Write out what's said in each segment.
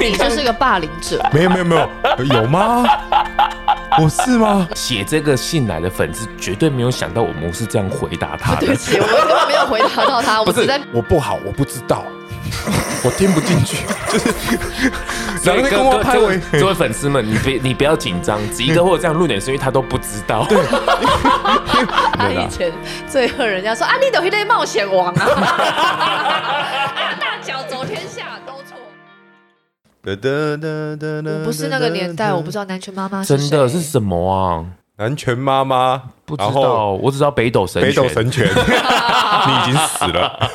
你就是个霸凌者。没有没有没有，有吗？我是吗？写这个信来的粉丝绝对没有想到我们是这样回答他对的 不。起，我根本没有回答到他，我只在我不好，我不知道，我听不进 去，就是然后那个各公关拍各尾位，各位粉丝们，你别你不要紧张，子怡哥会有这样论点，是因为他都不知道。对，他以前最恨人家说啊，你都一堆冒险王啊，啊大脚走天下都错。我我不是那个年嗯代，我不知道南拳妈妈是真谁的是什么啊？南拳妈妈，不知然后道，我只知道北斗神拳。北斗神拳，你已经死了。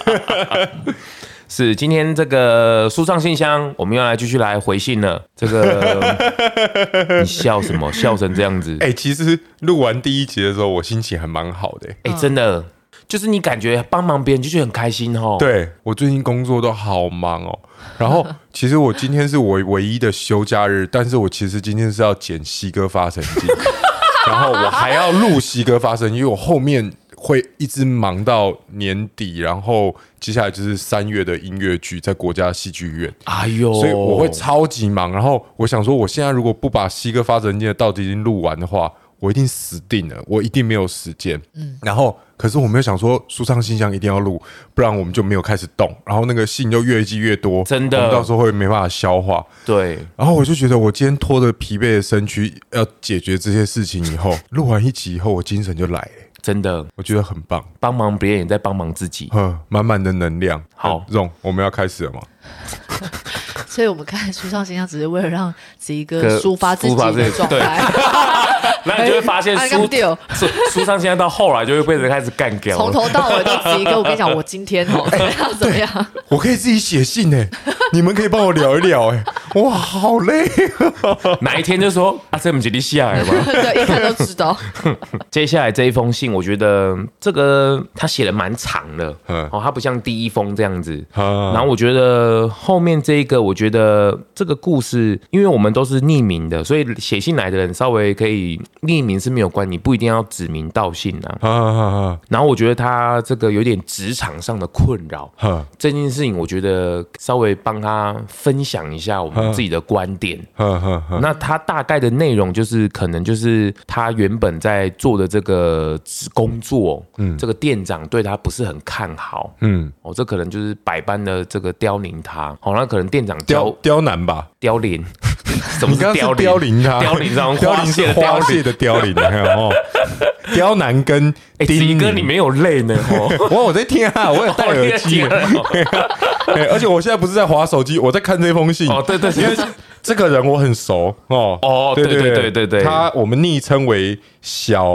是今天这个书上信箱，我们要来继续来回信了。这 个你笑什么？笑成这样子？哎、哎、其实录完第一集的时候，我心情还蛮好的、欸哎真的，就是你感觉帮忙别人就觉得很开心哦。，对我最近工作都好忙哦。然后，其实我今天是我唯一的休假日，但是我其实今天是要剪西哥发神经，然后我还要录西哥发神经，因为我后面会一直忙到年底，然后接下来就是三月的音乐剧在国家戏剧院。 哎呦，所以我会超级忙，然后我想说，我现在如果不把西哥发神经的到底已经录完的话，我一定死定了，我一定没有时间。嗯，然后可是我没有想说书上信箱一定要录，不然我们就没有开始动，然后那个信就越积越多，真的我们到时候会没办法消化。对，然后我就觉得，我今天拖着疲惫的身躯要解决这些事情以 后，录完一集以后，我精神就来了，真的我觉得很棒，帮忙别人也在帮忙自己。呵，满满的能量。呃好荣，我们要开始了吗？所以我们看书上形象，只是为了让子怡哥可抒发自己抒发自的己状态。然后你就会发现哎书哎干不掉书书上现在到后来就会被人开始干 掉从了。头到尾都子怡哥，我跟你讲，我今天哦怎 么样怎么样， 我可以自己写信哎、你们可以帮我聊一聊 哎、哇，好累、哪一天就说啊，这不是你下 来吗？对，一看都知道。接下来这一封信，我觉得这个他写的蛮长的，嗯哦，他不像第一封这样子。嗯然后我觉得后面这一个，我觉得这个故事，因为我们都是匿名的，所以写信来的人稍微可以匿名是没有关，你不一定要指名道姓啊。啊啊然后我觉得他这个有点职场上的困扰，啊这件事情，我觉得稍微帮他分享一下我们自己的观点。啊啊！那他大概的内容就是，可能就是他原本在做的这个工作，嗯，这个店长对他不是很看好，嗯，哦，这可能就是百般的这个凋零他，哦，那可能店长刁凋刁难吧？凋零， 什么你是刚刚凋是凋零他，凋零这种 凋花零谢是的凋花谢零。的凋零，还有 哦，刁难跟哎，子怡丁哥，你没有累呢？哦，我我在听啊， 我有戴耳机，哦 哎而且我现在不是在划手机，我在看这封信。哦对对对因为这个人我很熟哦。哦对对对对对他我们昵称为小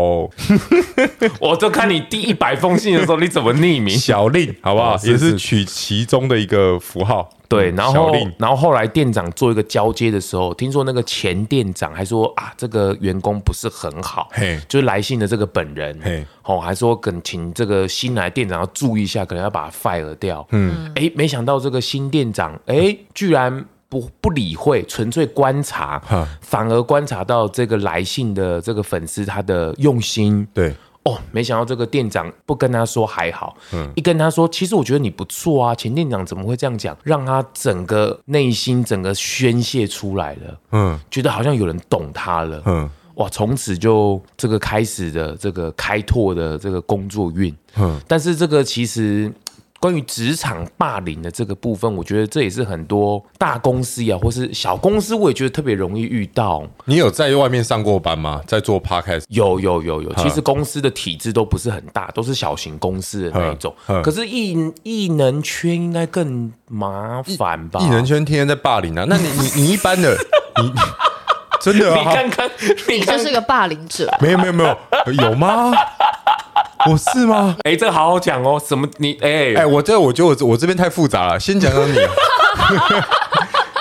我就看你第一百封信的时候，你怎么匿名？小令，好不好哦？是也是是取其中的一个符号。对，嗯然小后令然后后来店长做一个交接的时候，听说那个前店长还说啊，这个员工不是很好嘿，就是来信的这个本嘿人，哦，还说可能请这个新来店长要注意一下，可能要把他 fire 掉。嗯，哎，没想到这个新店长，哎，居然。不不理会，纯粹观察哈，反而观察到这个来信的这个粉丝他的用心，对，哦，没想到这个店长不跟他说还好，嗯一跟他说，其实我觉得你不错啊，前店长怎么会这样讲？让他整个内心整个宣泄出来了，嗯觉得好像有人懂他了，嗯哇，从此就这个开始的这个开拓的这个工作运，嗯但是这个其实。关于职场霸凌的这个部分，我觉得这也是很多大公司呀、或是小公司，我也觉得特别容易遇到。你有在外面上过班吗？在做 podcast？有有有嗯有，其实公司的体制都不是很大，都是小型公司的那一种嗯嗯。可是艺艺能圈应该更麻烦吧？艺人圈天天在霸凌啊！那你你你一般 的，你真的 你啊？看看，你 你看就是个霸凌者，没有没有没有，有吗？我是吗？哎，这好好讲哦。什么？你哎、哎，我这我觉得我这我这边太复杂了，先 讲讲你。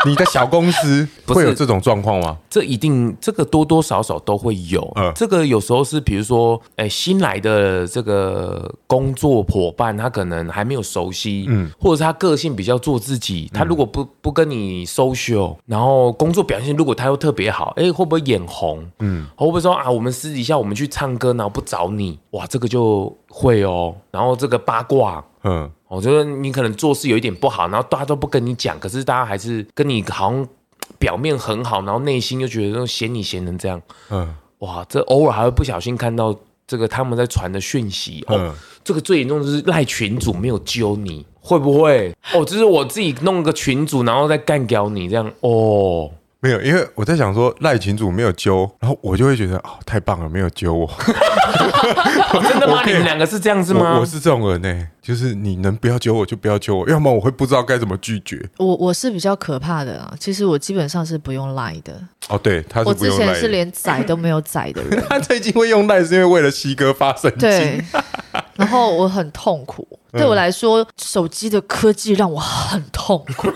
你的小公司不是会有这种状况吗？这一定这个多多少少都会有嗯。这个有时候是比如说，哎，新来的这个工作伙伴，他可能还没有熟悉，嗯，或者是他个性比较做自己，他如果不不跟你 social，然后工作表现如果他又特别好，哎，会不会眼红？嗯，会不会说啊，我们私底下我们去唱歌，然后不找你？哇，这个就会哦。然后这个八卦。嗯，我觉得你可能做事有一点不好，然后大家都不跟你讲，可是大家还是跟你好像表面很好，然后内心又觉得嫌你嫌成这样。嗯，哇，这偶尔还会不小心看到这个他们在传的讯息哦。嗯这个最严重就是赖群主没有揪你，会不会？哦，就是我自己弄个群主，然后再干掉你这样哦。没有，因为我在想说赖群主没有揪，然后我就会觉得哦，太棒了，没有揪我。真 的吗？你们两个是这样子吗？我我是这种人呢、就是你能不要揪我就不要揪我，要么我会不知道该怎么拒绝。我我是比较可怕的啊，其实我基本上是不用赖的，哦，对，他我是不之用前赖是的。连载都没有载的人， 他最近会用赖是因为为了西哥发神经。 对，然后我很痛苦。对我来说，手机的科技让我很痛苦。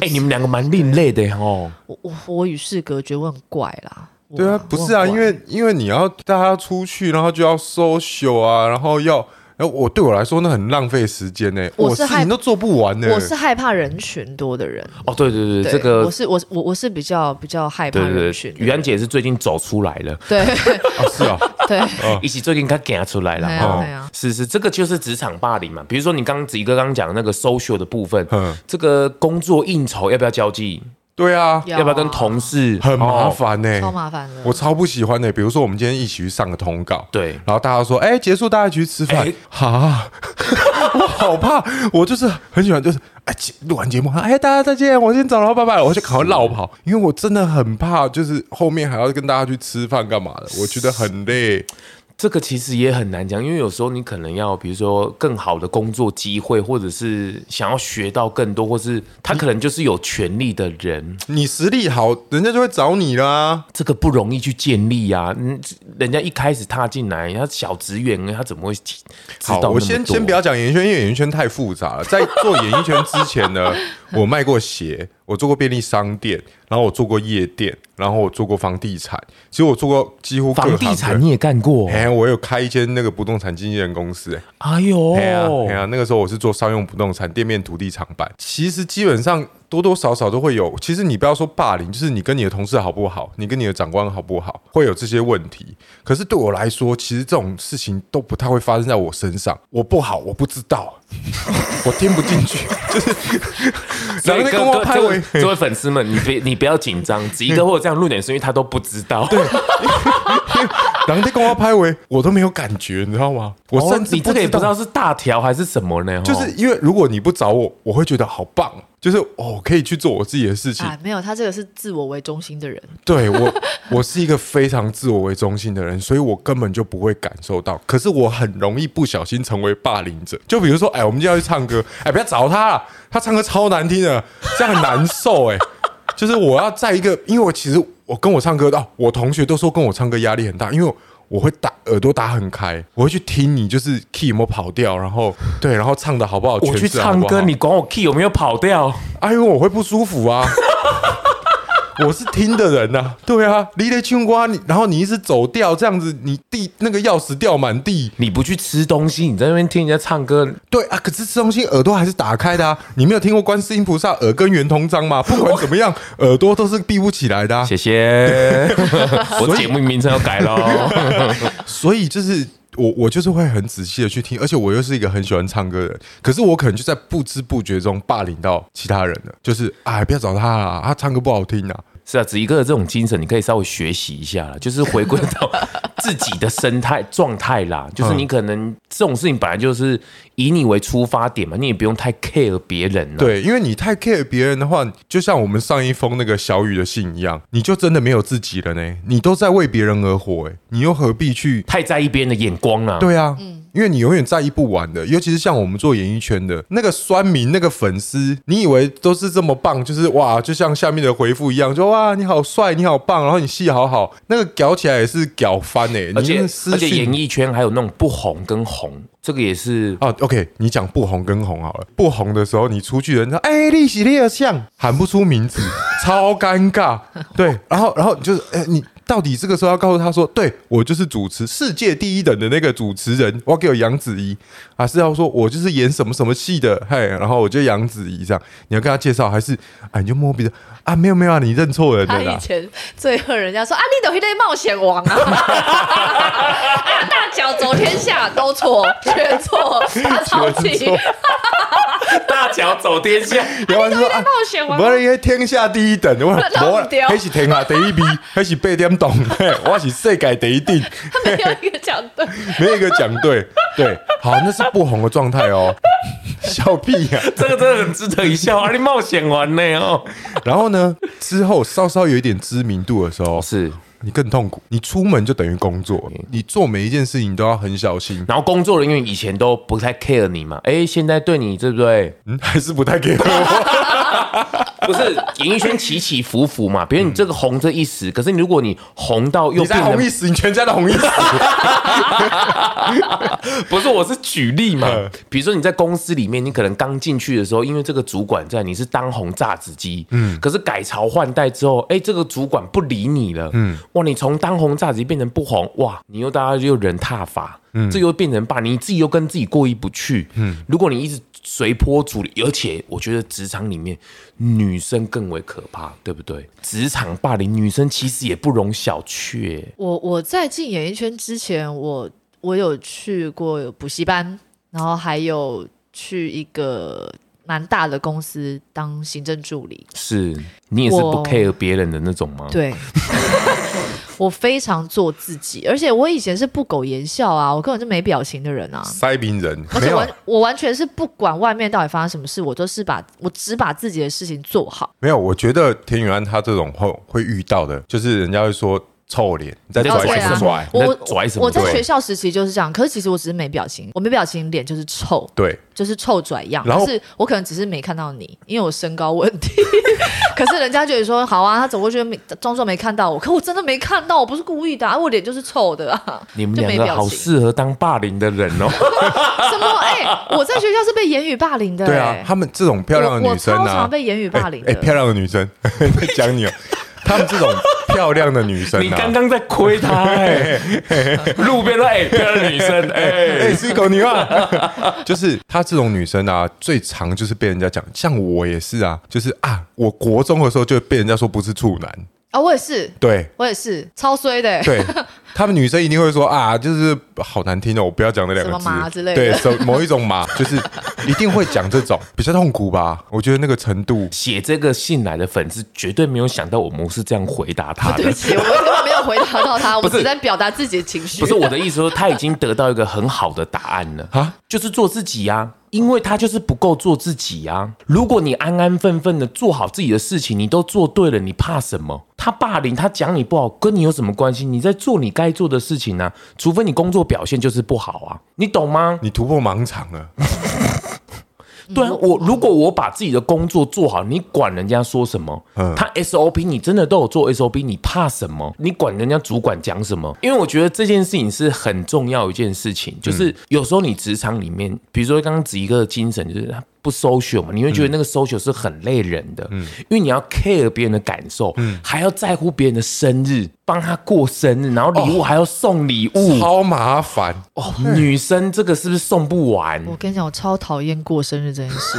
哎、你们两个蛮另类的哦。我我我与世隔绝，我很怪啦。嗯对我啊，不是啊，我很因怪为因为你要大家出去，然后就要 social 啊，然后要，然后我对我来说那很浪费时间呢、我我是事害情都做不完呢、我是害怕人群多的人。哦，对对对，对，这个我是我我我是比较比较害怕对对人对群，的于安人。姐是最近走出来了，对啊，是啊，对哦一起最近她给她出来了对啊哦对啊。是是，这个就是职场霸凌嘛。比如说你刚子怡哥刚刚讲的那个 social 的部分嗯，这个工作应酬要不要交际，对 啊，要要不要跟同事，很麻哦。烦 呢、超麻烦的。我超不喜欢的、比如说我们今天一起去上个通告，对然后大家说，哎、结束，大家一起去吃饭哎，哈、 我好怕，我就是很喜欢，就是哎，节录完节目，哎、大家再见，我先走了，拜拜，我就赶快绕跑，因为我真的很怕，就是后面还要跟大家去吃饭干嘛的，我觉得很累。这个其实也很难讲，因为有时候你可能要，比如说更好的工作机会，或者是想要学到更多，或是他可能就是有权利的人，你实力好，人家就会找你啦。这个不容易去建立啊。嗯，人家一开始踏进来，他小职员，他怎么会知道好，那么我先多先不要讲演艺圈，因为演艺圈太复杂了。在做演艺圈之前呢， 我卖过鞋，我做过便利商店，然后我做过夜店，然后我做过房地产。其实我做过几乎各行房各地产你也干过？哎、我有开一间那个不动产经纪人公司、哎哎呦，哎呀，哎呀，那个时候我是做商用不动产、店面、土地、厂板，其实基本上多多少少都会有。其实你不要说霸凌，就是你跟你的同事好不好，你跟你的长官好不好，会有这些问题。可是对我来说，其实这种事情都不太会发生在我身上。我不好，我不知道， 我听不进去，就是所然以各后在跟我各拍各我位。各位粉丝们，你别你不要紧 张，子怡哥会有这样论点，是因为他都不知道。哦然后在跟我拍尾，我都没有感觉，你知道吗？我哦甚至你这不个也知不知道道是大条还是什么呢？就是因为如果你不找我，我会觉得好棒，就是哦，可以去做我自己的事情。啊，没有，他这个是自我为中心的人。对我，我是一个非常自我为中心的人，所以我根本就不会感受到。可是我很容易不小心成为霸凌者。就比如说，哎，我们就要去唱歌，哎，不要找他啦，他唱歌超难听的，这样很难受、哎，就是我要在一个，因为我其实我跟我唱歌的、哦，我同学都说跟我唱歌压力很大，因为我。我会打耳朵打很开，我会去听你就是 key 有没有跑调，然后对，然后唱的好不好，我去诠释好唱不好歌，你管我 key 有没有跑掉？哎呦，我会不舒 服啊。我是听的人呐、对啊，离雷青瓜，你然后你一直走掉，这样子，你地那个钥匙掉满地，你不去吃东西，你在那边听人家唱歌，对啊，可是吃东西耳朵还是打开的啊，你没有听过观世音菩萨耳根圆通章吗？不管怎 么样，耳朵都是闭不起来的、啊，谢 谢。我节目名称要改喽。所以就是我我就是会很仔细的去听，而且我又是一个很喜欢唱歌的人，可是我可能就在不知不觉中霸凌到其他人了，就是哎，不要找他啦，他唱歌不好听啊， 是啊，子怡哥的这种精神，你可以稍微学习一下了，就是回归到自己的生态状态啦。就是你可能这种事情本来就是以你为出发点嘛，你也不用太 care 别人了。对，因为你太 care 别人的话，就像我们上一封那个小雨的信一样，你就真的没有自己了呢。你都在为别人而活，哎，你又何必去？太在意别人的眼光啊。对啊，因为你永远在意不完的，尤其是像我们做演艺圈的那个酸民、那个粉丝，你以为都是这么棒，就是哇，就像下面的回复一样，就哇你好帅，你好棒，然后你戏好好，那个屌起来也是屌翻哎，而你且那私而且讯演艺圈还有那种不红跟红，这个也是哦啊，OK，你讲不红跟红好了。不红的时候，你出去人说：“哎、利 息利的像，喊不出名字，超尴尬。对，然后然后你就是，哎、你到底这个时候要告诉他说，对我就是主持世界第一等的那个主持人，我要给我杨子怡，还是要说我就是演什么什么戏的，嘿，然后我就杨子怡这样，你要跟他介绍，还是啊你就摸鼻子啊，没有没有啊，你认错人他了以啦。前最恨人家说啊，你都一堆冒险王啊， 啊，大脚走天下都错，全错，他超气，全错大脚走天下， 然后就说啊啊你都在冒险王我咧天下第一等， 我弄我掉迄是天下第一名， 迄是八点档， 嘿我是世界第一顶。他没有一个讲对。没有一个讲对，对，好，那是不红的状态哦， 笑屁啊呀、这个真的很值得一笑啊！你冒险玩呢哦，然后呢，之后稍稍有一点知名度的时候，是，你更痛苦。你出门就等于工作，你做每一件事情都要很小心，然后工作人员以前都不太 care 你嘛，哎，现在对你对不对？嗯，还是不太给我。不是演艺圈起起伏伏嘛，别人你这个红这一时，可是你如果你红到又 你才变红得一时，你全家都红一时。不是，我是举例嘛嗯。比如说你在公司里面，你可能刚进去的时候，因为这个主管在，你是当红炸子鸡，嗯，可是改朝换代之后，哎，这个主管不理你了，嗯，哇，你从当红炸子鸡变成不红，哇，你又大家又人踏伐，嗯，这又变成把你自己又跟自己过意不去，嗯，如果你一直随波逐流，而且我觉得职场里面女生更为可怕，对不对？职场霸凌，女生其实也不容小觑，我我在进演艺圈之前，我我有去过补习班，然后还有去一个蛮大的公司当行政助理。是你也是不我 care 别人的那种吗？对， 我非常做自己，而且我以前是不苟言笑啊，我根本就没表情的人啊。 塞宾人而没且有啊完，我完全是不管外面到底发生什么事，我都是把我只把自己的事情做好。没有，我觉得田雨安他这种会会遇到的，就是人家会说臭脸，你在你拽在什拽么什么拽？我你在我拽什么我在拽学校时期就是这样，可是其实我只是没表情，我没表情，脸就是臭。对，就是臭拽样，然后但是我可能只是没看到你，因为我身高问 题。可是人家就会说，好啊，他走过去没装作没看到我，可我真的没看到，我不是故意的、啊，我脸就是臭的啊， 你们就两没个表好情。适合当霸凌的人哦。什么？哎、我在学校是被言语霸凌的、对哎啊，他们这种漂亮的女生我我超啊常，被言语霸凌的。哎、漂亮的女生 讲你哦，他们这种漂亮的女生你刚啊，刚在亏 他哎、路边的哎漂亮女生哎、哎，是狗牛啊！ 就是她这种女生啊，最常就是被人家讲，像我也是啊，就是啊，我国中的时候就被人家说不是处男，啊，我也是，对我也是，超衰的、哎对，他们女生一定会说啊，就是好难听哦，我不要讲那两个什么麻字之类的对，手某一 种麻，就是一定会讲这种，比较痛苦吧？我觉得那个程度，写这个信来的粉丝绝对没有想到我们是这样回答啊他 对不的。起，我根本没有回答到 他，我不是只在表达自己的情绪。不是我的意思说，他已经得到一个很好的答案了啊啊，就是做自己呀、因为他就是不够做自己呀、如果你安安分分的做好自己的事情，你都做对了，你怕什么？他霸凌，他讲你不好，跟你有什么关系？你在做你该做的事情啊，除非你工作表现就是不好啊，你懂吗？你突破盲场了，对啊，我如果我把自己的工作做好，你管人家说什么？他 SOP 你真的都有做 SOP，你怕什么？你管人家主管讲什么？因为我觉得这件事情是很重要一件事情，就是有时候你职场里面，比如说刚刚子怡哥的精神就是他不 social 嘛，你会觉得那个 social 是很累人的，因为你要 care 别人的感受，还要在乎别人的生日，帮他过生日，然后礼物还要送礼物，超麻烦。哦，女生这个是不是送不完？我跟你讲，我超讨厌过生日这件事。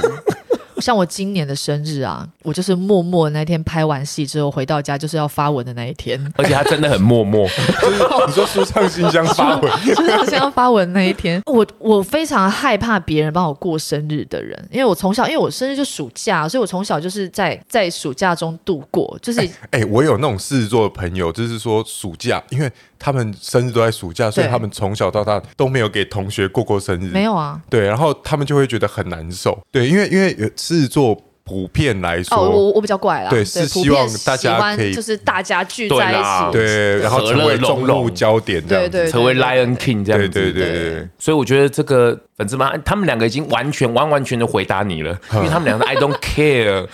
像我今年的生日啊，我就是默默那天拍完戏之后回到家，就是要发文的那一天，而且他真的很默默。就是你说书上信箱发文， 就是好像要发文那一天。我我非常害怕别人帮我过生日的人，因为我从小，因为我生日就暑假，所以我从小就是在在暑假中度过，就是哎、我有那种狮子座的朋友，就是说暑假，因为他们生日都在暑假，所以对他们从小到大都没有给同学过过生日，没有啊。对，然后他们就会觉得很难受，对，因为因为有狮子座普遍来说，哦，我我比较怪啦，对是普希望遍大喜家欢可以就是大家聚在一对啦起，对，然后成为众怒焦点这样子，对对成为 Lion King 这样子。对对对对对对所以我觉得这个粉丝们，他们两个已经完全完完全的回答 你了，嗯因为他们两个 I don't care。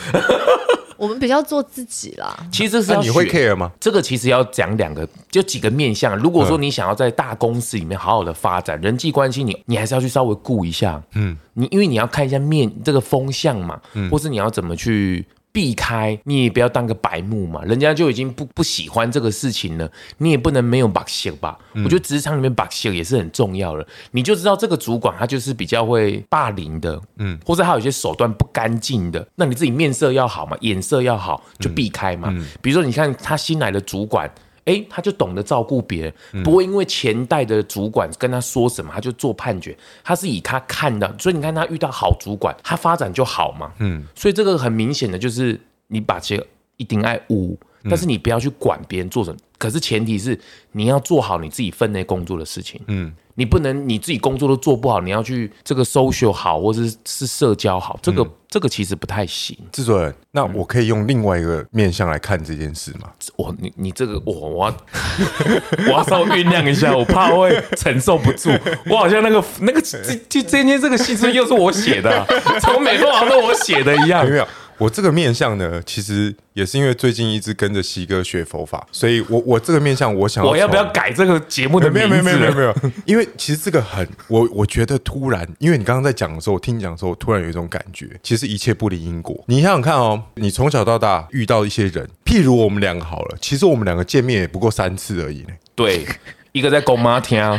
我们比较做自己啦。其实是那要你会学 care 吗？这个其实要讲两个，就几个面向。如果说你想要在大公司里面好好的发展人际关系你，你还是要去稍微顾一下，嗯，你因为你要看一下面这个风向嘛，或是你要怎么去避开，你也不要当个白目嘛，人家就已经不不喜欢这个事情了，你也不能没有把戏吧？我觉得职场里面把戏也是很重要的，你就知道这个主管他就是比较会霸凌的，嗯，或者他有些手段不干净的，那你自己面色要好嘛，眼色要好，就避开嘛。比如说，你看他新来的主管。哎，他就懂得照顾别人，不会因为前代的主管跟他说什么，他就做判决。他是以他看的，所以你看他遇到好主管，他发展就好嘛。嗯，所以这个很明显的就是你把这个一定爱污，但是你不要去管别人做什么。可是前提是你要做好你自己分内工作的事情。嗯，你不能你自己工作都做不好，你要去这个 social 好，或者是是社交好，这个、这个其实不太行。制作人，那我可以用另外一个面向来看这件事吗？我你你这个我我要 我要稍微酝酿一下，我怕会承受不住。我好像那个那个这这这天这个戏是又是我写的、啊，从每个好像都我写的一样没。有，我这个面向呢，其实也是因为最近一直跟着西哥学佛法，所以我我这个面向我想我要从不要改这个节目的没名有字？没有没有没有没有，因为其实这个很我我觉得突然，因为你刚刚在讲的时候，我听你讲的时候，我突然有一种感觉，其实一切不离因果。你想想看哦，你从小到大遇到一些人，譬如我们两个好了，其实我们两个见面也不过三次而已呢。对，一个在公妈厅，啊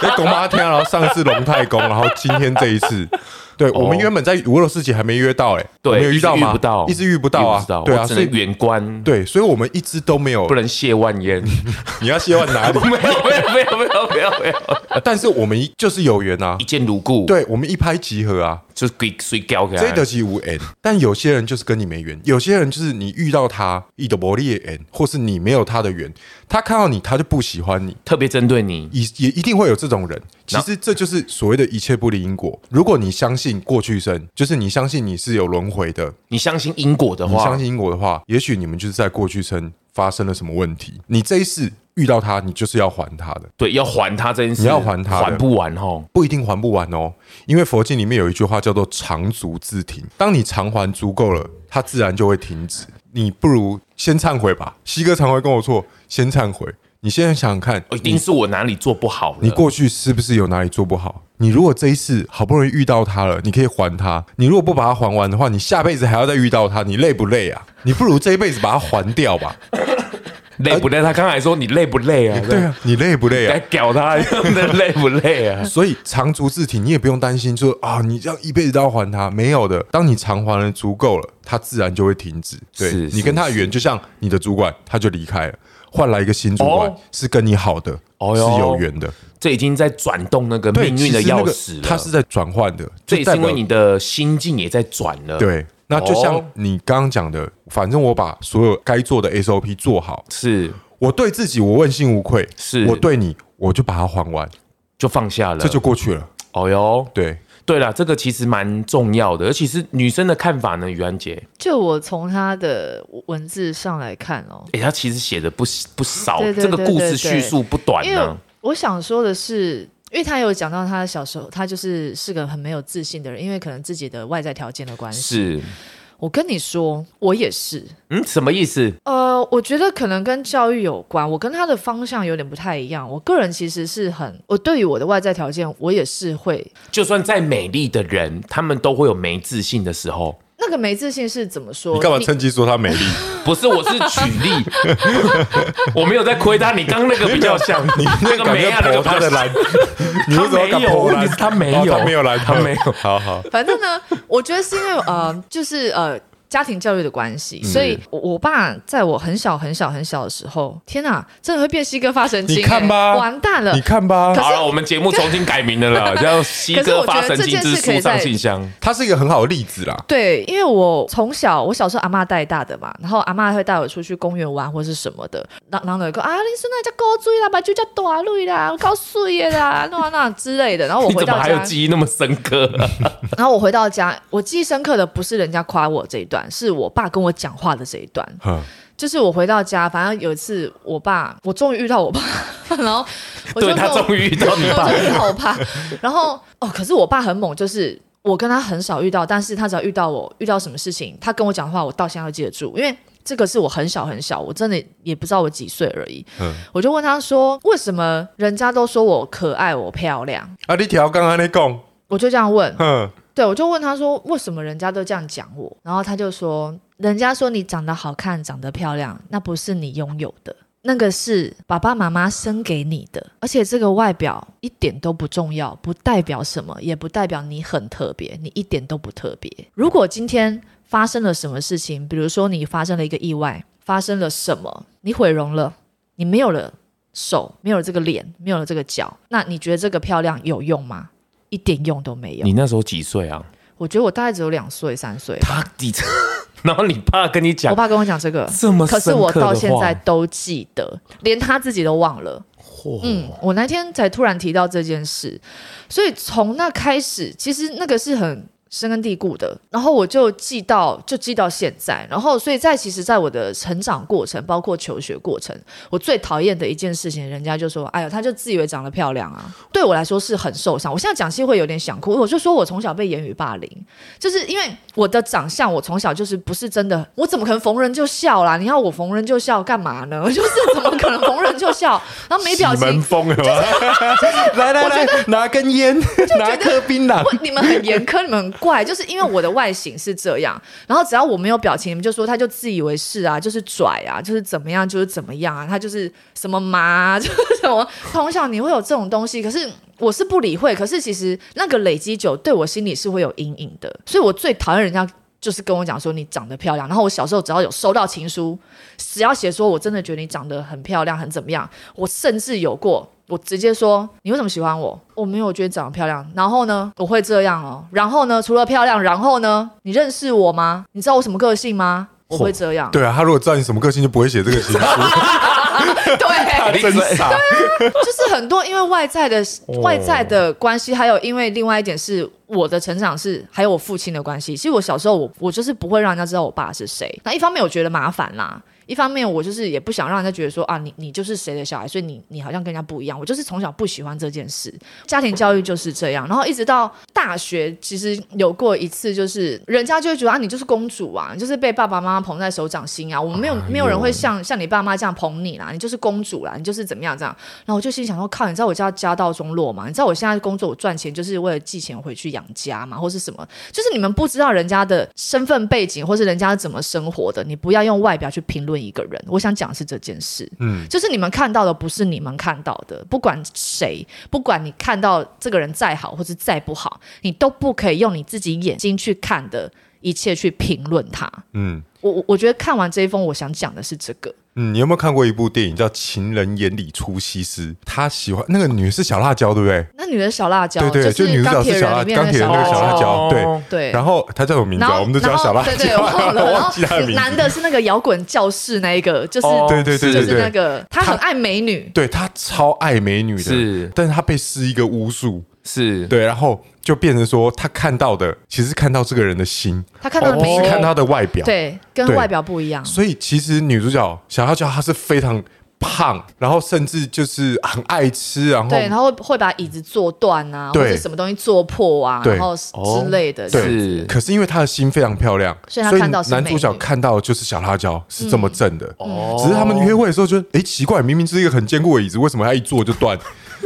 在公妈天，然后上次龙太公，然后今天这一次。对，我们原本在俄罗斯节还没约到哎、哦对，没有遇到一直吗？遇不到，一直遇不到一直啊遇不到，对啊，我只所能以远观，对，所以我们一直都没有不。能谢万 烟。你要希望 哪里？呃没有没有没有没有没有没有，但是我们一就是有缘啊一，见如故，，对，我们一拍即合啊。就是给谁搞给他这得其无缘，但有些人就是跟你没缘，有些人就是你遇到他，一的伯利缘，或是你没有他的缘，他看到你他就不喜欢你，特别针对你。也也一定会有这种人。其实这就是所谓的一切不离因果。如果你相信过去生，就是你相信你是有轮回的，你相信因果的你话相，信因果的话，也许你们就是在过去生发生了什么问题，你这一世遇到他，你就是要还他的。对，要还他这件事，你要还他的还不完吼。不一定还不完哦，因为佛经里面有一句话叫做“长足自停”，当你偿还足够了，它自然就会停止。你不如先忏悔吧。西哥常会跟我说，先忏悔。你现在想想看，哦一定是我哪里做不好了。你过去是不是有哪里做不好？你如果这一次好不容易遇到他了，你可以还他；你如果不把他还完的话，你下辈子还要再遇到他，你累不累啊？你不如这一辈子把他还 掉吧。累不累？他刚才说你累不累啊？对，啊，你累不累啊该？屌 他，累不累啊？所以长足自体，你也不用担心说，啊，你这样一辈子都要还他，没有的。当你偿还了足够了，他自然就会停止。对是你跟他的缘，就像你的主管，他就离开了，换来一个新主管、哦是跟你好的，哦是哟有缘的。这已经在转动那个对，命运的其实那钥个匙了。他是在转换的，这就也代是因表为你的心境也在转了。，对。那就像哦你刚刚讲的，反正我把所有该做的 SOP 做好，是我对自己我问心无愧，是我对你我就把它还完，就放下了。这就过去了。哦哟，对，对了，这个其实蛮重要的，而且是女生的看法呢。于安杰，就我从他的文字上来看哦，哎，她其实写的不不少，对对这个故对事对叙述不短啊因为呢。我想说的是，因为他有讲到他小时候，他就是是个很没有自信的人，因为可能自己的外在条件的关系。是，我跟你说，我也是。嗯，什么意思？呃，我觉得可能跟教育有关，我跟他的方向有点不太一样。我个人其实是很，我对于我的外在条件，我也是会就算再美丽的人，他们都会有没自信的时候。那个没自信是怎么说？你干嘛趁机说她美丽？不是，我是举例， 我没有在亏他。你刚那个比较 像，你那那个个没没啊，那个有比较他的 蓝，你他为什么没啊敢有，投问篮题是？他没有，啊哦他没有蓝，他没有。好 好，反正呢，我觉得是因为呃，就是呃。家庭教育的关系，嗯所以我我爸在我很小很小很小的时候，天哪，真的会变西哥发神经、你看吧欸完蛋了你！看吧可，是好了，我们节目重新改名了啦， 叫《西可是我哥觉发得神这经件之事可书以上在信箱》。他是一个很好的例子啦。对，因为我从小我小时候阿妈带大的嘛，然后阿妈会带我出去公园玩或是什么的，然然后有一个啊，你是那叫狗追啦，把就叫短路啦，高碎耶啦，那那之类的。然后 我你回怎么到还家有， 记忆那么深刻啊？然后我回到家，我记忆深刻的不是人家夸我这一段，是我爸跟我讲话的这一段。哼就是我回到家，反正有一次我爸，我终于遇到我爸， 然后我就对跟他我终于遇到你爸我，终于遇到我爸，然后哦，可是我爸很猛，就是我跟他很少遇到，但是他只要遇到我，遇到什么事情，他跟我讲话，我到现在都记得住，因为。这个是我很小很小，我真的也不知道我几岁而已。嗯我就问他说：“为什么人家都说我可爱，我漂亮啊，你条刚刚那讲，？”我就这样问，哼，对，我就问他说为什么人家都这样讲我，然后他就说，人家说你长得好看、长得漂亮，那不是你拥有的，那个是爸爸妈妈生给你的，而且这个外表一点都不重要，不代表什么，也不代表你很特别，你一点都不特别。如果今天发生了什么事情，比如说你发生了一个意外，发生了什么，你毁容了，你没有了。手没有了这个脸，没有了这个脚，那你觉得这个漂亮有用吗？一点用都 没有。你那时候几岁啊？我觉得我大概只有两岁、三岁。他你，然后你爸跟你我讲爸跟我讲这个，这么可深刻是的话，我到现在都记得，连他自己都忘了。嚯嗯，我那天才突然提到这件事，所以从那开始，其实那个是很深根蒂固的。然后我就记到，就记到现在。然后，所以在其实，在我的成长过程，包括求学过程，我最讨厌的一件事情，人家就说：“哎呦，她就自以为长得漂亮啊。”对我来说是很受伤。我现在讲其实会有点想哭。我就说我从小被言语霸凌，就是因为我的长相，我从小就是不是真的，我怎么可能逢人就笑啦？你要我逢人就笑干嘛呢？ 就是怎么可能逢人就笑？然后没表洗情门，风啊了吗？ 来来来，拿根烟，拿颗槟榔。不，你们很严苛，你们很怪， 就是因为我的外形是这样，然后只要我没有表情，你们就说他就自以为是啊，就是拽啊，就是怎么样，就是怎么样啊，他就是什么妈、啊， 就是什么。从小你会有这种东西，可是我是不理会，可是其实那个累积久，对我心里是会有阴影的，所以我最讨厌人家。就是跟我讲说你长得漂亮，然后我小时候只要有收到情书，只要写说我真的觉得你长得很漂亮，很怎么样，我甚至有过，我直接说你为什么喜欢我？我没有觉得你长得漂亮。然后呢，我会这样哦。然后呢，除了漂亮，然后呢，你认识我吗？你知道我什么个性吗？我会这样。对啊，他如果知道你什么个性，就不会写这个情 书， 对，真 傻。就是很多因为外在的哦外在的关系，还有因为另外一点是我的成长是还有我父亲的关系。其实我小时候我我就是不会让人家知道我爸是谁。那一方面我觉得麻烦啦，一方面我就是也不想让人家觉得说啊你你就是谁的小孩，所以你你好像跟人家不一样。我就是从小不喜欢这件事，家庭教育就是这样。然后一直到大学，其实有过一次，就是人家就会觉得啊你就是公主啊，你就是被爸爸妈妈捧在手掌心啊，我们没有、没有人会像像你爸妈这样捧你啦，你就是公主啦，你就是怎么样这样。然后我就心想说，靠，你知道我家家道中落吗？你知道我现在工作，我赚钱就是为了寄钱回去养家嘛，或是什么？就是你们不知道人家的身份背景，或是人家是怎么生活的，你不要用外表去评论一个人。我想讲的是这件事，嗯，就是你们看到的不是你们看到的，不管谁，不管你看到这个人再好或是再不好，你都不可以用你自己眼睛去看的一切去评论他。嗯我我我觉得看完这一封，我想讲的是这个。嗯，你有没有看过一部电影叫《情人眼里出西施》？他喜欢那个女是小辣椒，对不对？那女的小辣椒，对对，就就女主角钢铁是小人辣，里面钢的铁人那个小辣哦椒，对。对，然后她叫什么名字然啊？后我们都叫小辣椒，对对， 我忘了。然忘记她的后名字。男的是那个摇滚教室那一个，就是、哦对对对就对是那对，个他他很爱美女，对她超爱美女的，是但是她被施一个巫术，是，对，然后就变成说她看到的其实是看到这个人的心，他看到的不美是女，哦看她的外表，对，跟对外表不一样。所以其实女主角小辣椒她是非常胖，然后甚至就是很爱吃，然后对，然后会会把椅子坐断啊，或对者什么东西坐破啊，对然后哦之类的。对是可是因为她的心非常漂亮，所以她看到是男主角美女嗯看到的就是小辣椒是这么正的，哦只是他们约会的时候就哎奇怪，明明是一个很坚固的椅子，为什么他一坐就断？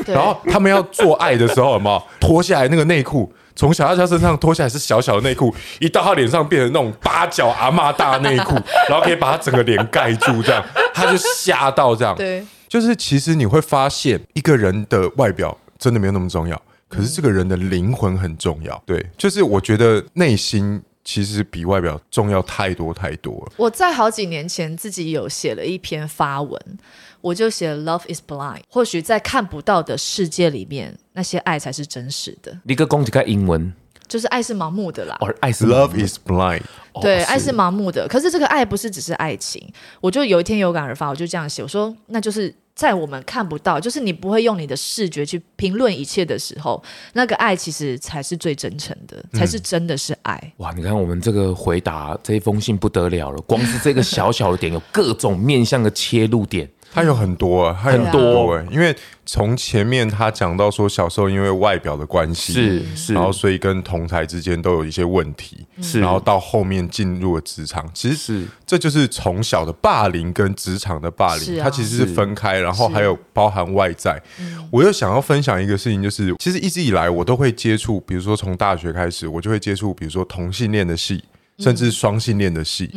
对然后他们要做爱的时候，有没有脱下来那个内裤？从小辣椒身上脱下来是小小的内裤，一到他脸上变成那种八角阿嬷大内 裤，然后可以把他整个脸盖住，这样他就吓到这样。对，就是其实你会发现，一个人的外表真的没有那么重要，可是这个人的灵魂很重嗯要。对，就是我觉得内心其实比外表重要太多太多了。我在好几年前自己有写了一篇发文，我就写 “Love is blind”，或许在看不到的世界里面，那些爱才是真实的，你个公几个英文，就是爱是盲目的啦。哦，爱是 Love is blind，哦对，爱是盲目的。可是这个爱不是只是爱情，我就有一天有感而发，我就这样写，我说那就是在我们看不到，就是你不会用你的视觉去评论一切的时候，那个爱其实才是最真诚的，才是真的是爱。哇！你看我们这个回答这一封信不得了了，光是这个小小的点，有各种面向的切入点，他有很多、啊，他有很多哎、因为从前面他讲到说小时候因为外表的关系，是是，然后所以跟同台之间都有一些问题，是然后到后面进入了职场，其实是这就是从小的霸凌跟职场的霸是凌，啊它其实是是分开，然后还有包含外在。嗯我又想要分享一个事情，就是其实一直以来我都会接触，比如说从大学开始，我就会接触，比如说同性恋的戏，嗯甚至双性恋的戏，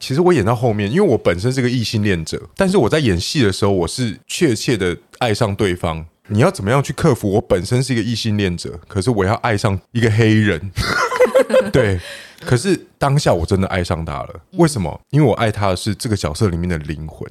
其实我演到后面，因为我本身是个异性恋者，但是我在演戏的时候，我是确切的爱上对方。你要怎么样去克服？我本身是一个异性恋者，可是我要爱上一个黑 人，对。可是当下我真的爱上他了，嗯为什么？因为我爱他的是这个角色里面的灵魂，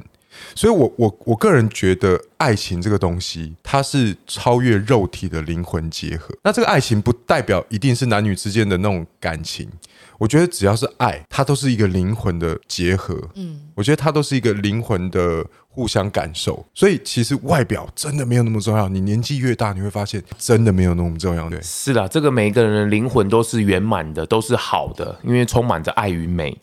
所以我我我个人觉得爱情这个东西，它是超越肉体的灵魂结合。那这个爱情不代表一定是男女之间的那种感情，我觉得只要是爱，它都是一个灵魂的结合。嗯，我觉得它都是一个灵魂的互相感受。所以其实外表真的没有那么重要。你年纪越大，你会发现真的没有那么重要。对，是啦，这个每一个人的灵魂都是圆满的，都是好的，因为充满着爱与美。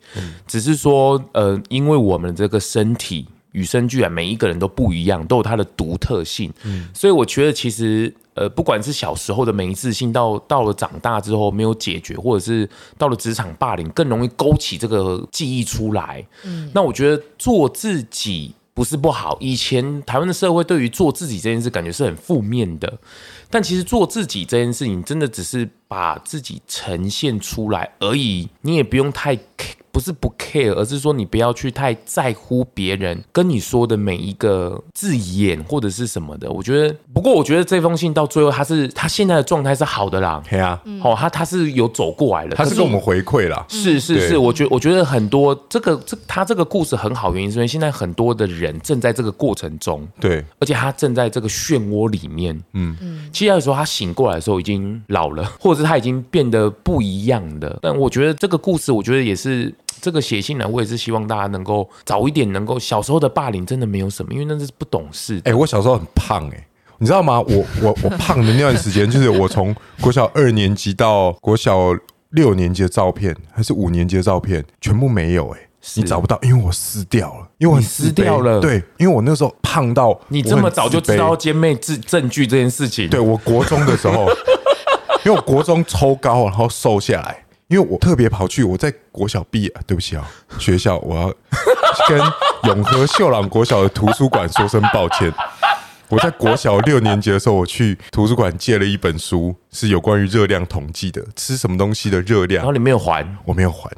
只是说，呃，因为我们这个身体与生俱来，每一个人都不一样，都有它的独特性。所以我觉得其实。呃，不管是小时候的没自信，到到了长大之后没有解决，或者是到了职场霸凌，更容易勾起这个记忆出来。那我觉得做自己不是不好，以前台湾的社会对于做自己这件事感觉是很负面的，但其实做自己这件事情，真的只是把自己呈现出来而已，你也不用太 care- 不是不 care，而是说你不要去太在乎别人跟你说的每一个字眼或者是什么的。我觉得，不过我觉得这封信到最后，他是他现在的状态是好的啦。嘿啊，哦，他他是有走过来了，它可是跟我们回馈啦。是是对是，我觉我觉得很多这个这他这个故事很好，原因是因为现在很多的人正在这个过程中，对，而且他正在这个漩涡里面。嗯嗯，其实有时候他醒过来的时候已经老了， 或者是他已经变得不一样了。但我觉得这个故事，我觉得也是。这个写信呢，我也是希望大家能够早一点能够，小时候的霸凌真的没有什么，因为那是不懂事的。哎、我小时候很胖哎、你知道吗？我我我胖的那段时间，就是我从国小二年级到国小六年级的照片，还是五年级的照片，全部没有哎、是你找不到，因为我撕掉了，因为我很你撕自卑掉了对，因为我那时候胖到你我这很么早就知自卑道姐妹证证据这件事情，对，啊我国中的时 候，因为我国中抽高然后瘦下来，因为我特别跑去我在国小毕业，对不起啊、学校我要跟永和秀朗国小的图书馆说声抱歉。我在国小六年级的时候，我去图书馆借了一本书，是有关于热量统计的，吃什么东西的热然量后，你没有还，我没有还，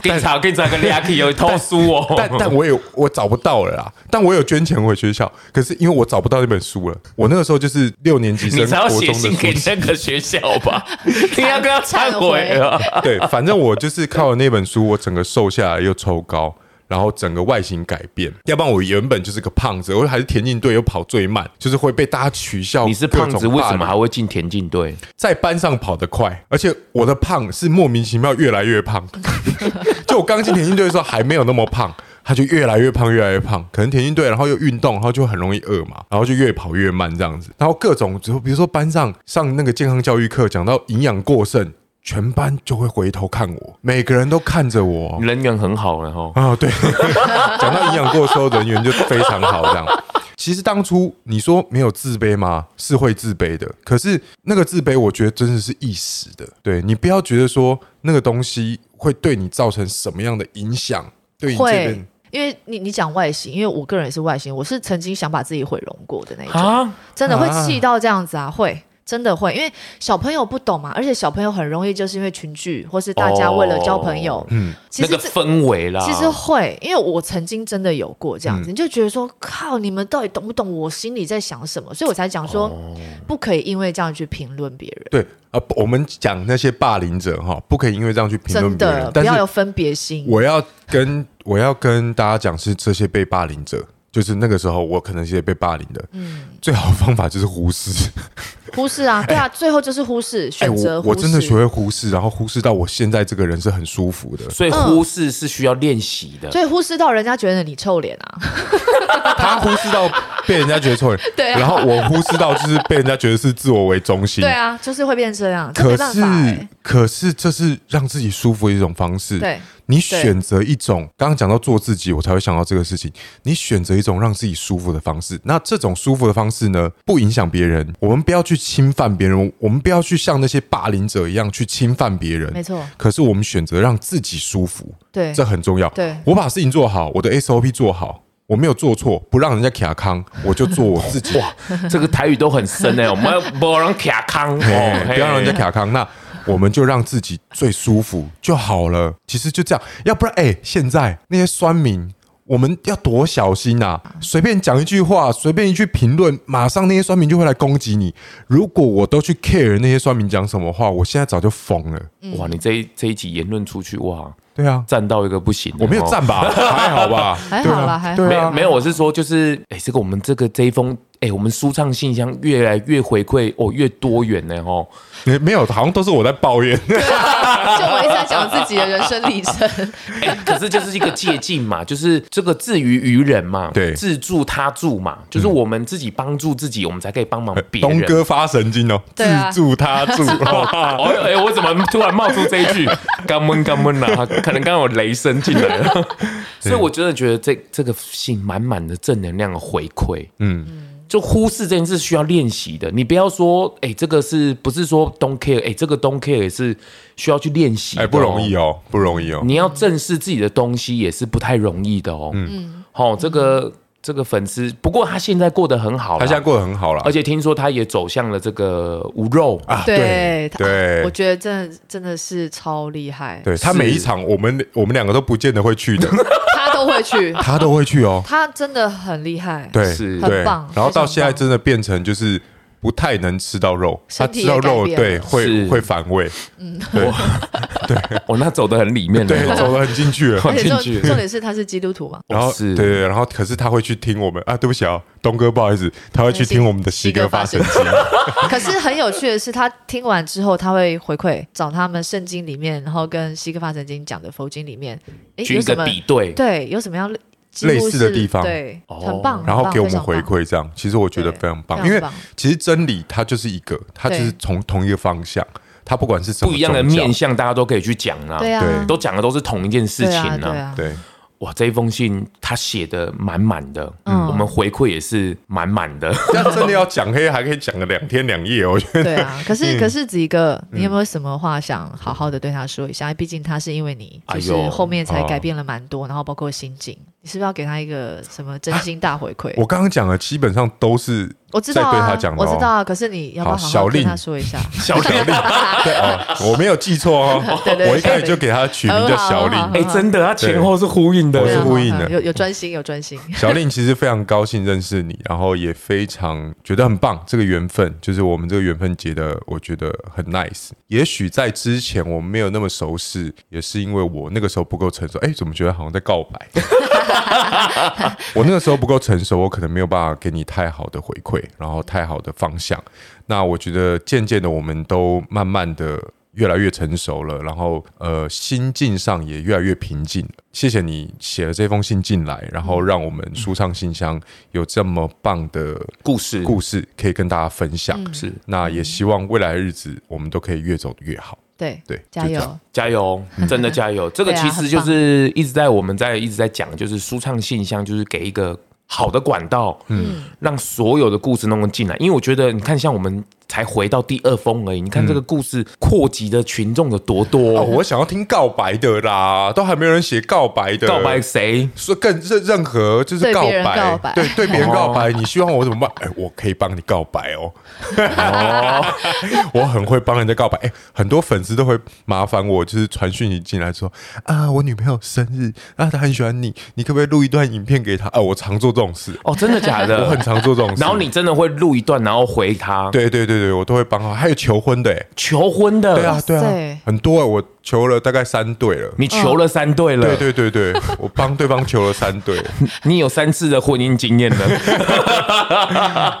警察警察跟 l u 有偷书哦， 但但我有我找不到了啦，但我有捐钱回学校，可是因为我找不到那本书了，我那个时候就是六年级生，你才要国写中的信书给那个学校吧？ 你要跟他忏悔啊了。 对，反正我就是靠了那本书，我整个瘦下来又抽高，然后整个外形改变。要不然我原本就是个胖子，我还是田径队又跑最慢，就是会被大家取笑。你是胖子，为什么还会进田径队？在班上跑得快？而且我的胖是莫名其妙越来越胖。 就我刚进田径队的时候还没有那么胖。他就越来越胖，越来越胖，可能田径队，然后又运动，然后就很容易饿嘛，然后就越跑越慢这样子，然后各种，就比如说班上上那个健康教育课，讲到营养过剩，全班就会回头看我，每个人都看着我，哦人缘很好了哈。啊、对， 讲到营养过收，人员就非常好这样。其实当初你说没有自卑吗？是会自卑的，可是那个自卑，我觉得真的是一时的。对你不要觉得说那个东西会对你造成什么样的影响，对你这会边，因为你你讲外形，因为我个人也是外形，我是曾经想把自己毁容过的那一种，啊，真的会气到这样子啊，会。真的会，因为小朋友不懂嘛，而且小朋友很容易就是因为群聚，或是大家为了交朋友，哦嗯，其那实个这氛围啊啦，其实会，因为我曾经真的有过这样嗯子，你就觉得说，靠，你们到底懂不懂我心里在想什么？所以我才讲说，哦不可以因为这样去评论别人，对啊、不我们讲那些霸凌者哈，不可以因为这样去评真论别人的，不但要有是分别心。我要跟我要跟大家讲，是这些被霸嗯凌者，就是那个时候我可能是被霸凌的，最好的方法就是忽视。忽视啊，对啊，最后就是忽视，哎，选择我忽我视。真的学会忽视，然后忽视到我现在这个人是很 舒服的。所以忽视是需要练习的。所以忽视到人家觉得你臭脸啊，他忽视到被人家觉得 错人，对啊然后我忽视到就是被人家觉得是自我为中心。对啊，就是会变成这样，这可没办是法欸。可是这是让自己舒服的一种方式。对，你选择一种，刚刚讲到做自己，我才会想到这个事情。你选择一种让自己舒服的方式，那这种舒服的方式呢，不影响别人，我们不要去侵犯别人，我们不要去像那些霸凌者一样去侵犯别人。没错可是我们选择让自己舒服，对这很重要。对我把事情做好，我的 SOP 做好，我没有做错，不让人家卡 康，我就做我自己。嗯这个台语都很深哎、我们要不让卡 康哎哦，不要让人家卡康，那我们就让自己最舒服就好了。其实就这样，要不然哎、现在那些酸民。我们要多小心呐、随便讲一句话，随便一句评论，马上那些酸民就会来攻击你。如果我都去 care 那些酸民讲什么话，我现在早就疯了。嗯哇！你这一这一集言论出去哇，对啊，站到一个不行了。我没有哦 站吧，还好吧，还对啊好啦还好对没有啊，没有，我是说，就是哎、这个我们这个这一封，哎、我们舒畅信箱越来越回馈哦，越多元呢哦。啊没没有，好像都是我在抱怨。就我一直在讲自己的人生历 程， 哎、可是就是一个借鉴嘛， 就是这个自娱于人嘛，对嗯自助他助嘛，就是我们自己帮助自己，我们才可以帮忙别人。东哥发神经哦，自对啊助他 助， 哦，哎、我怎么突然冒出这一句？ 干闷干闷啦，可能刚刚有雷声进来了， 所以我真的觉得这这个信满满的正能量的回馈，嗯。就忽视这件事需要练习的，你不要说，哎、这个是不是说 don't care？哎、这个 don't care 也是需要去练习的、哎，不容易。啊哦，不容易哦。你要正视自己的东西也是不太容易的哦。嗯，好、这个这个粉丝，不过他现在过得很好啦，他现在过得很好了而，且听说他也走向了这个无肉啊，对他对我觉得真的真的是超厉害，对他是每一场，我们我们两个都不见得会去 的，他都会去，他都会去哦。他真的很厉害，对，是对。很棒然后到非常现在棒真的变成就是不太能吃到肉，他身体吃到也改肉变对了会是会反胃， 哦，那走得很里面了。对，走得很进去 了。而且重进去重点是他是基督徒嘛，然后对是对，对然后可是他会去听我们啊，对不起啊，东哥不好意思，他会去听我们的西哥发神经， 可是很有趣的是，他听完之后，他会回馈找他们圣经里面，然后跟西格发神经讲的佛经里面，诶，去有一什个么比对，对有什么样几乎类似的是地方对，哦很棒，然后给我们很棒回，馈，这样其实我觉得对非常棒，非常因为棒其实真理它就是一个，它就是对从同一个方向，它不管是什么不一样的宗教面，向，大家都可以去讲啦。对啊对都讲的都是同一件事非情常棒对啊，呢、对啊，对，哇，这一封信他写的满满的，嗯我们回馈也是满满的。那真的要讲黑还可以讲个两天两夜，哦我觉得。对啊。可嗯是可是子怡哥，你有没有什么话想好好的对他说一下？毕竟他是因为你，哎就呦是后面才哦改变了蛮多，然后包括心境，你是不是要给他一个什么真心大回馈？ 我刚刚讲的基本上都是我知道在对他啊讲，的我哦知道啊。可是你要不要好好小好跟令他说一下？小玲，对哦，我没有记错哦，对对我一开始就给他取名叫小很好很令。好哎、真的，他前后是呼应的 我。是对啊故意的好好有有专心，有专心。小令其实非常高兴认识你，然后也非常觉得很棒，这个缘分就是我们这个缘分结的，我觉得很 nice。也许在之前我们没有那么熟识，也是因为我那个时候不够成熟。哎，怎么觉得好像在告白？我那个时候不够成熟，我可能没有办法给你太好的回馈，然后太好的方向。那我觉得渐渐的，我们都慢慢的越来越成熟了，然后呃，心境上也越来越平静了。谢谢你写了这封信进来，然后让我们舒畅信箱有这么棒的故事故事可以跟大家分享。嗯事，那也希望未来的日子我们都可以越走得越好。对对加就这油样！加油，真的 加油！这个对啊其实就是一直在我们在一直在讲，就是舒畅信箱，就是给一个好的管道，嗯，让所有的故事都能进来。因为我觉得，你看，像我们才回到第二封而已，你看这个故事扩及的群众有多多，哦，我想要听告白的啦，都还没有人写告白 的，告白谁？说更任任何就是对告别人白，告白对对哦别人告白，你希望我怎么办？哎，我可以帮你告白哦，哦 我很会帮人家告白。哎，很多粉丝都会麻烦我，就是传讯息进来说啊，我女朋友生日啊，她很喜欢你，你可不可以录一段影片给她？啊， 我常做这种事，哦，真的假的？我很常做这种事。然后你真的会录一段，然后回他，对对对对对，我都会帮他。还有求婚的、欸，求婚的，对啊对哇啊塞，很多、欸，我求了大概三对了。你求了三 对了，对对对对，我帮对方求了三对，你有三次的婚姻经验了。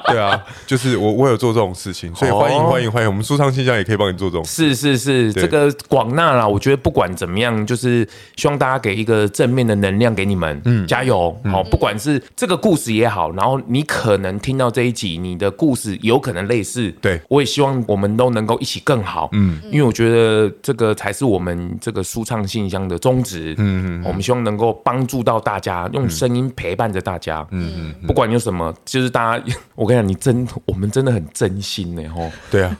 对啊，就是我我有做这种事情，所以哦欢迎欢迎欢迎，我们书上信箱也可以帮你做这种事。是是是，对这个广纳啦，我觉得不管怎么样，就是希望大家给一个正面的能量给你们，嗯，加油，好、不管是这个故事也好，然后你可能听到这一集，你的故事有可能类似，对我也希望我们都能够一起更好，嗯，因为我觉得这个才是我们这个舒畅信箱的宗旨，嗯嗯，我们希望能够帮助到大家，用声音陪伴着大家，嗯嗯，不管有什么，就是大家， 我跟你讲，你真， 我们真的很真心呢，吼。对啊，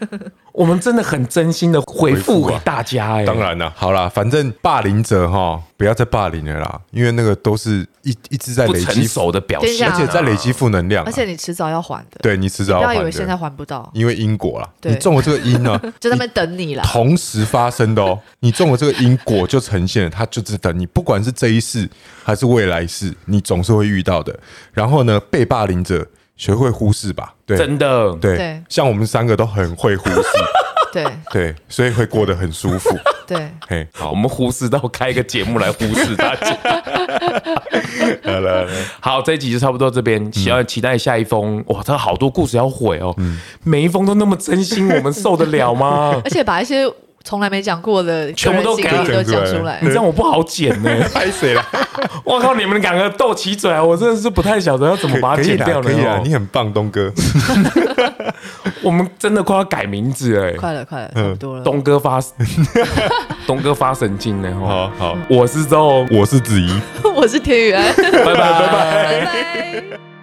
我们真的很真心的回复给大家、哎、当，然啦，好啦，反正霸凌者哈，不要再霸凌了啦，因为那个都是一一直在不累成积，熟的表等一现下而啊，且在累积负能量啊，而且你迟早要还的，对你迟早不要要还以的为现在还不到，因为因果啦，对你中了这个因呢， 就在那边等你啦。同时发生的哦，你中了这个因果就呈现了，它就只等你，不管是这一世还是未来世，你总是会遇到的。然后呢，被霸凌者学会忽视吧，对真的，对对像我们三个都很会 忽视，对对，所以会过得很舒服。对，？嘿，好，我们忽视到开一个节目来忽视大 家。来来来，好，这一集就差不多这嗯边，希望期待下一封。哇，他好多故事要毁哦，嗯每一封都那么真心，我们受得了吗 而且把一些从来没讲过的全部都个人经历给都他讲讲出出来来你。让我不好剪呢、 拍谁啦？我靠，你们两个斗起嘴啊！我真的是不太晓得要怎么把它可以剪啦掉，呢、可以啦，哦你很棒，东哥。我们真的快要改名字哎、 快了，快嗯了，差不多了。 东哥发，东哥发神经呢、哦！好好，我是周，我是子怡。我是田雨安，拜拜拜拜。拜拜。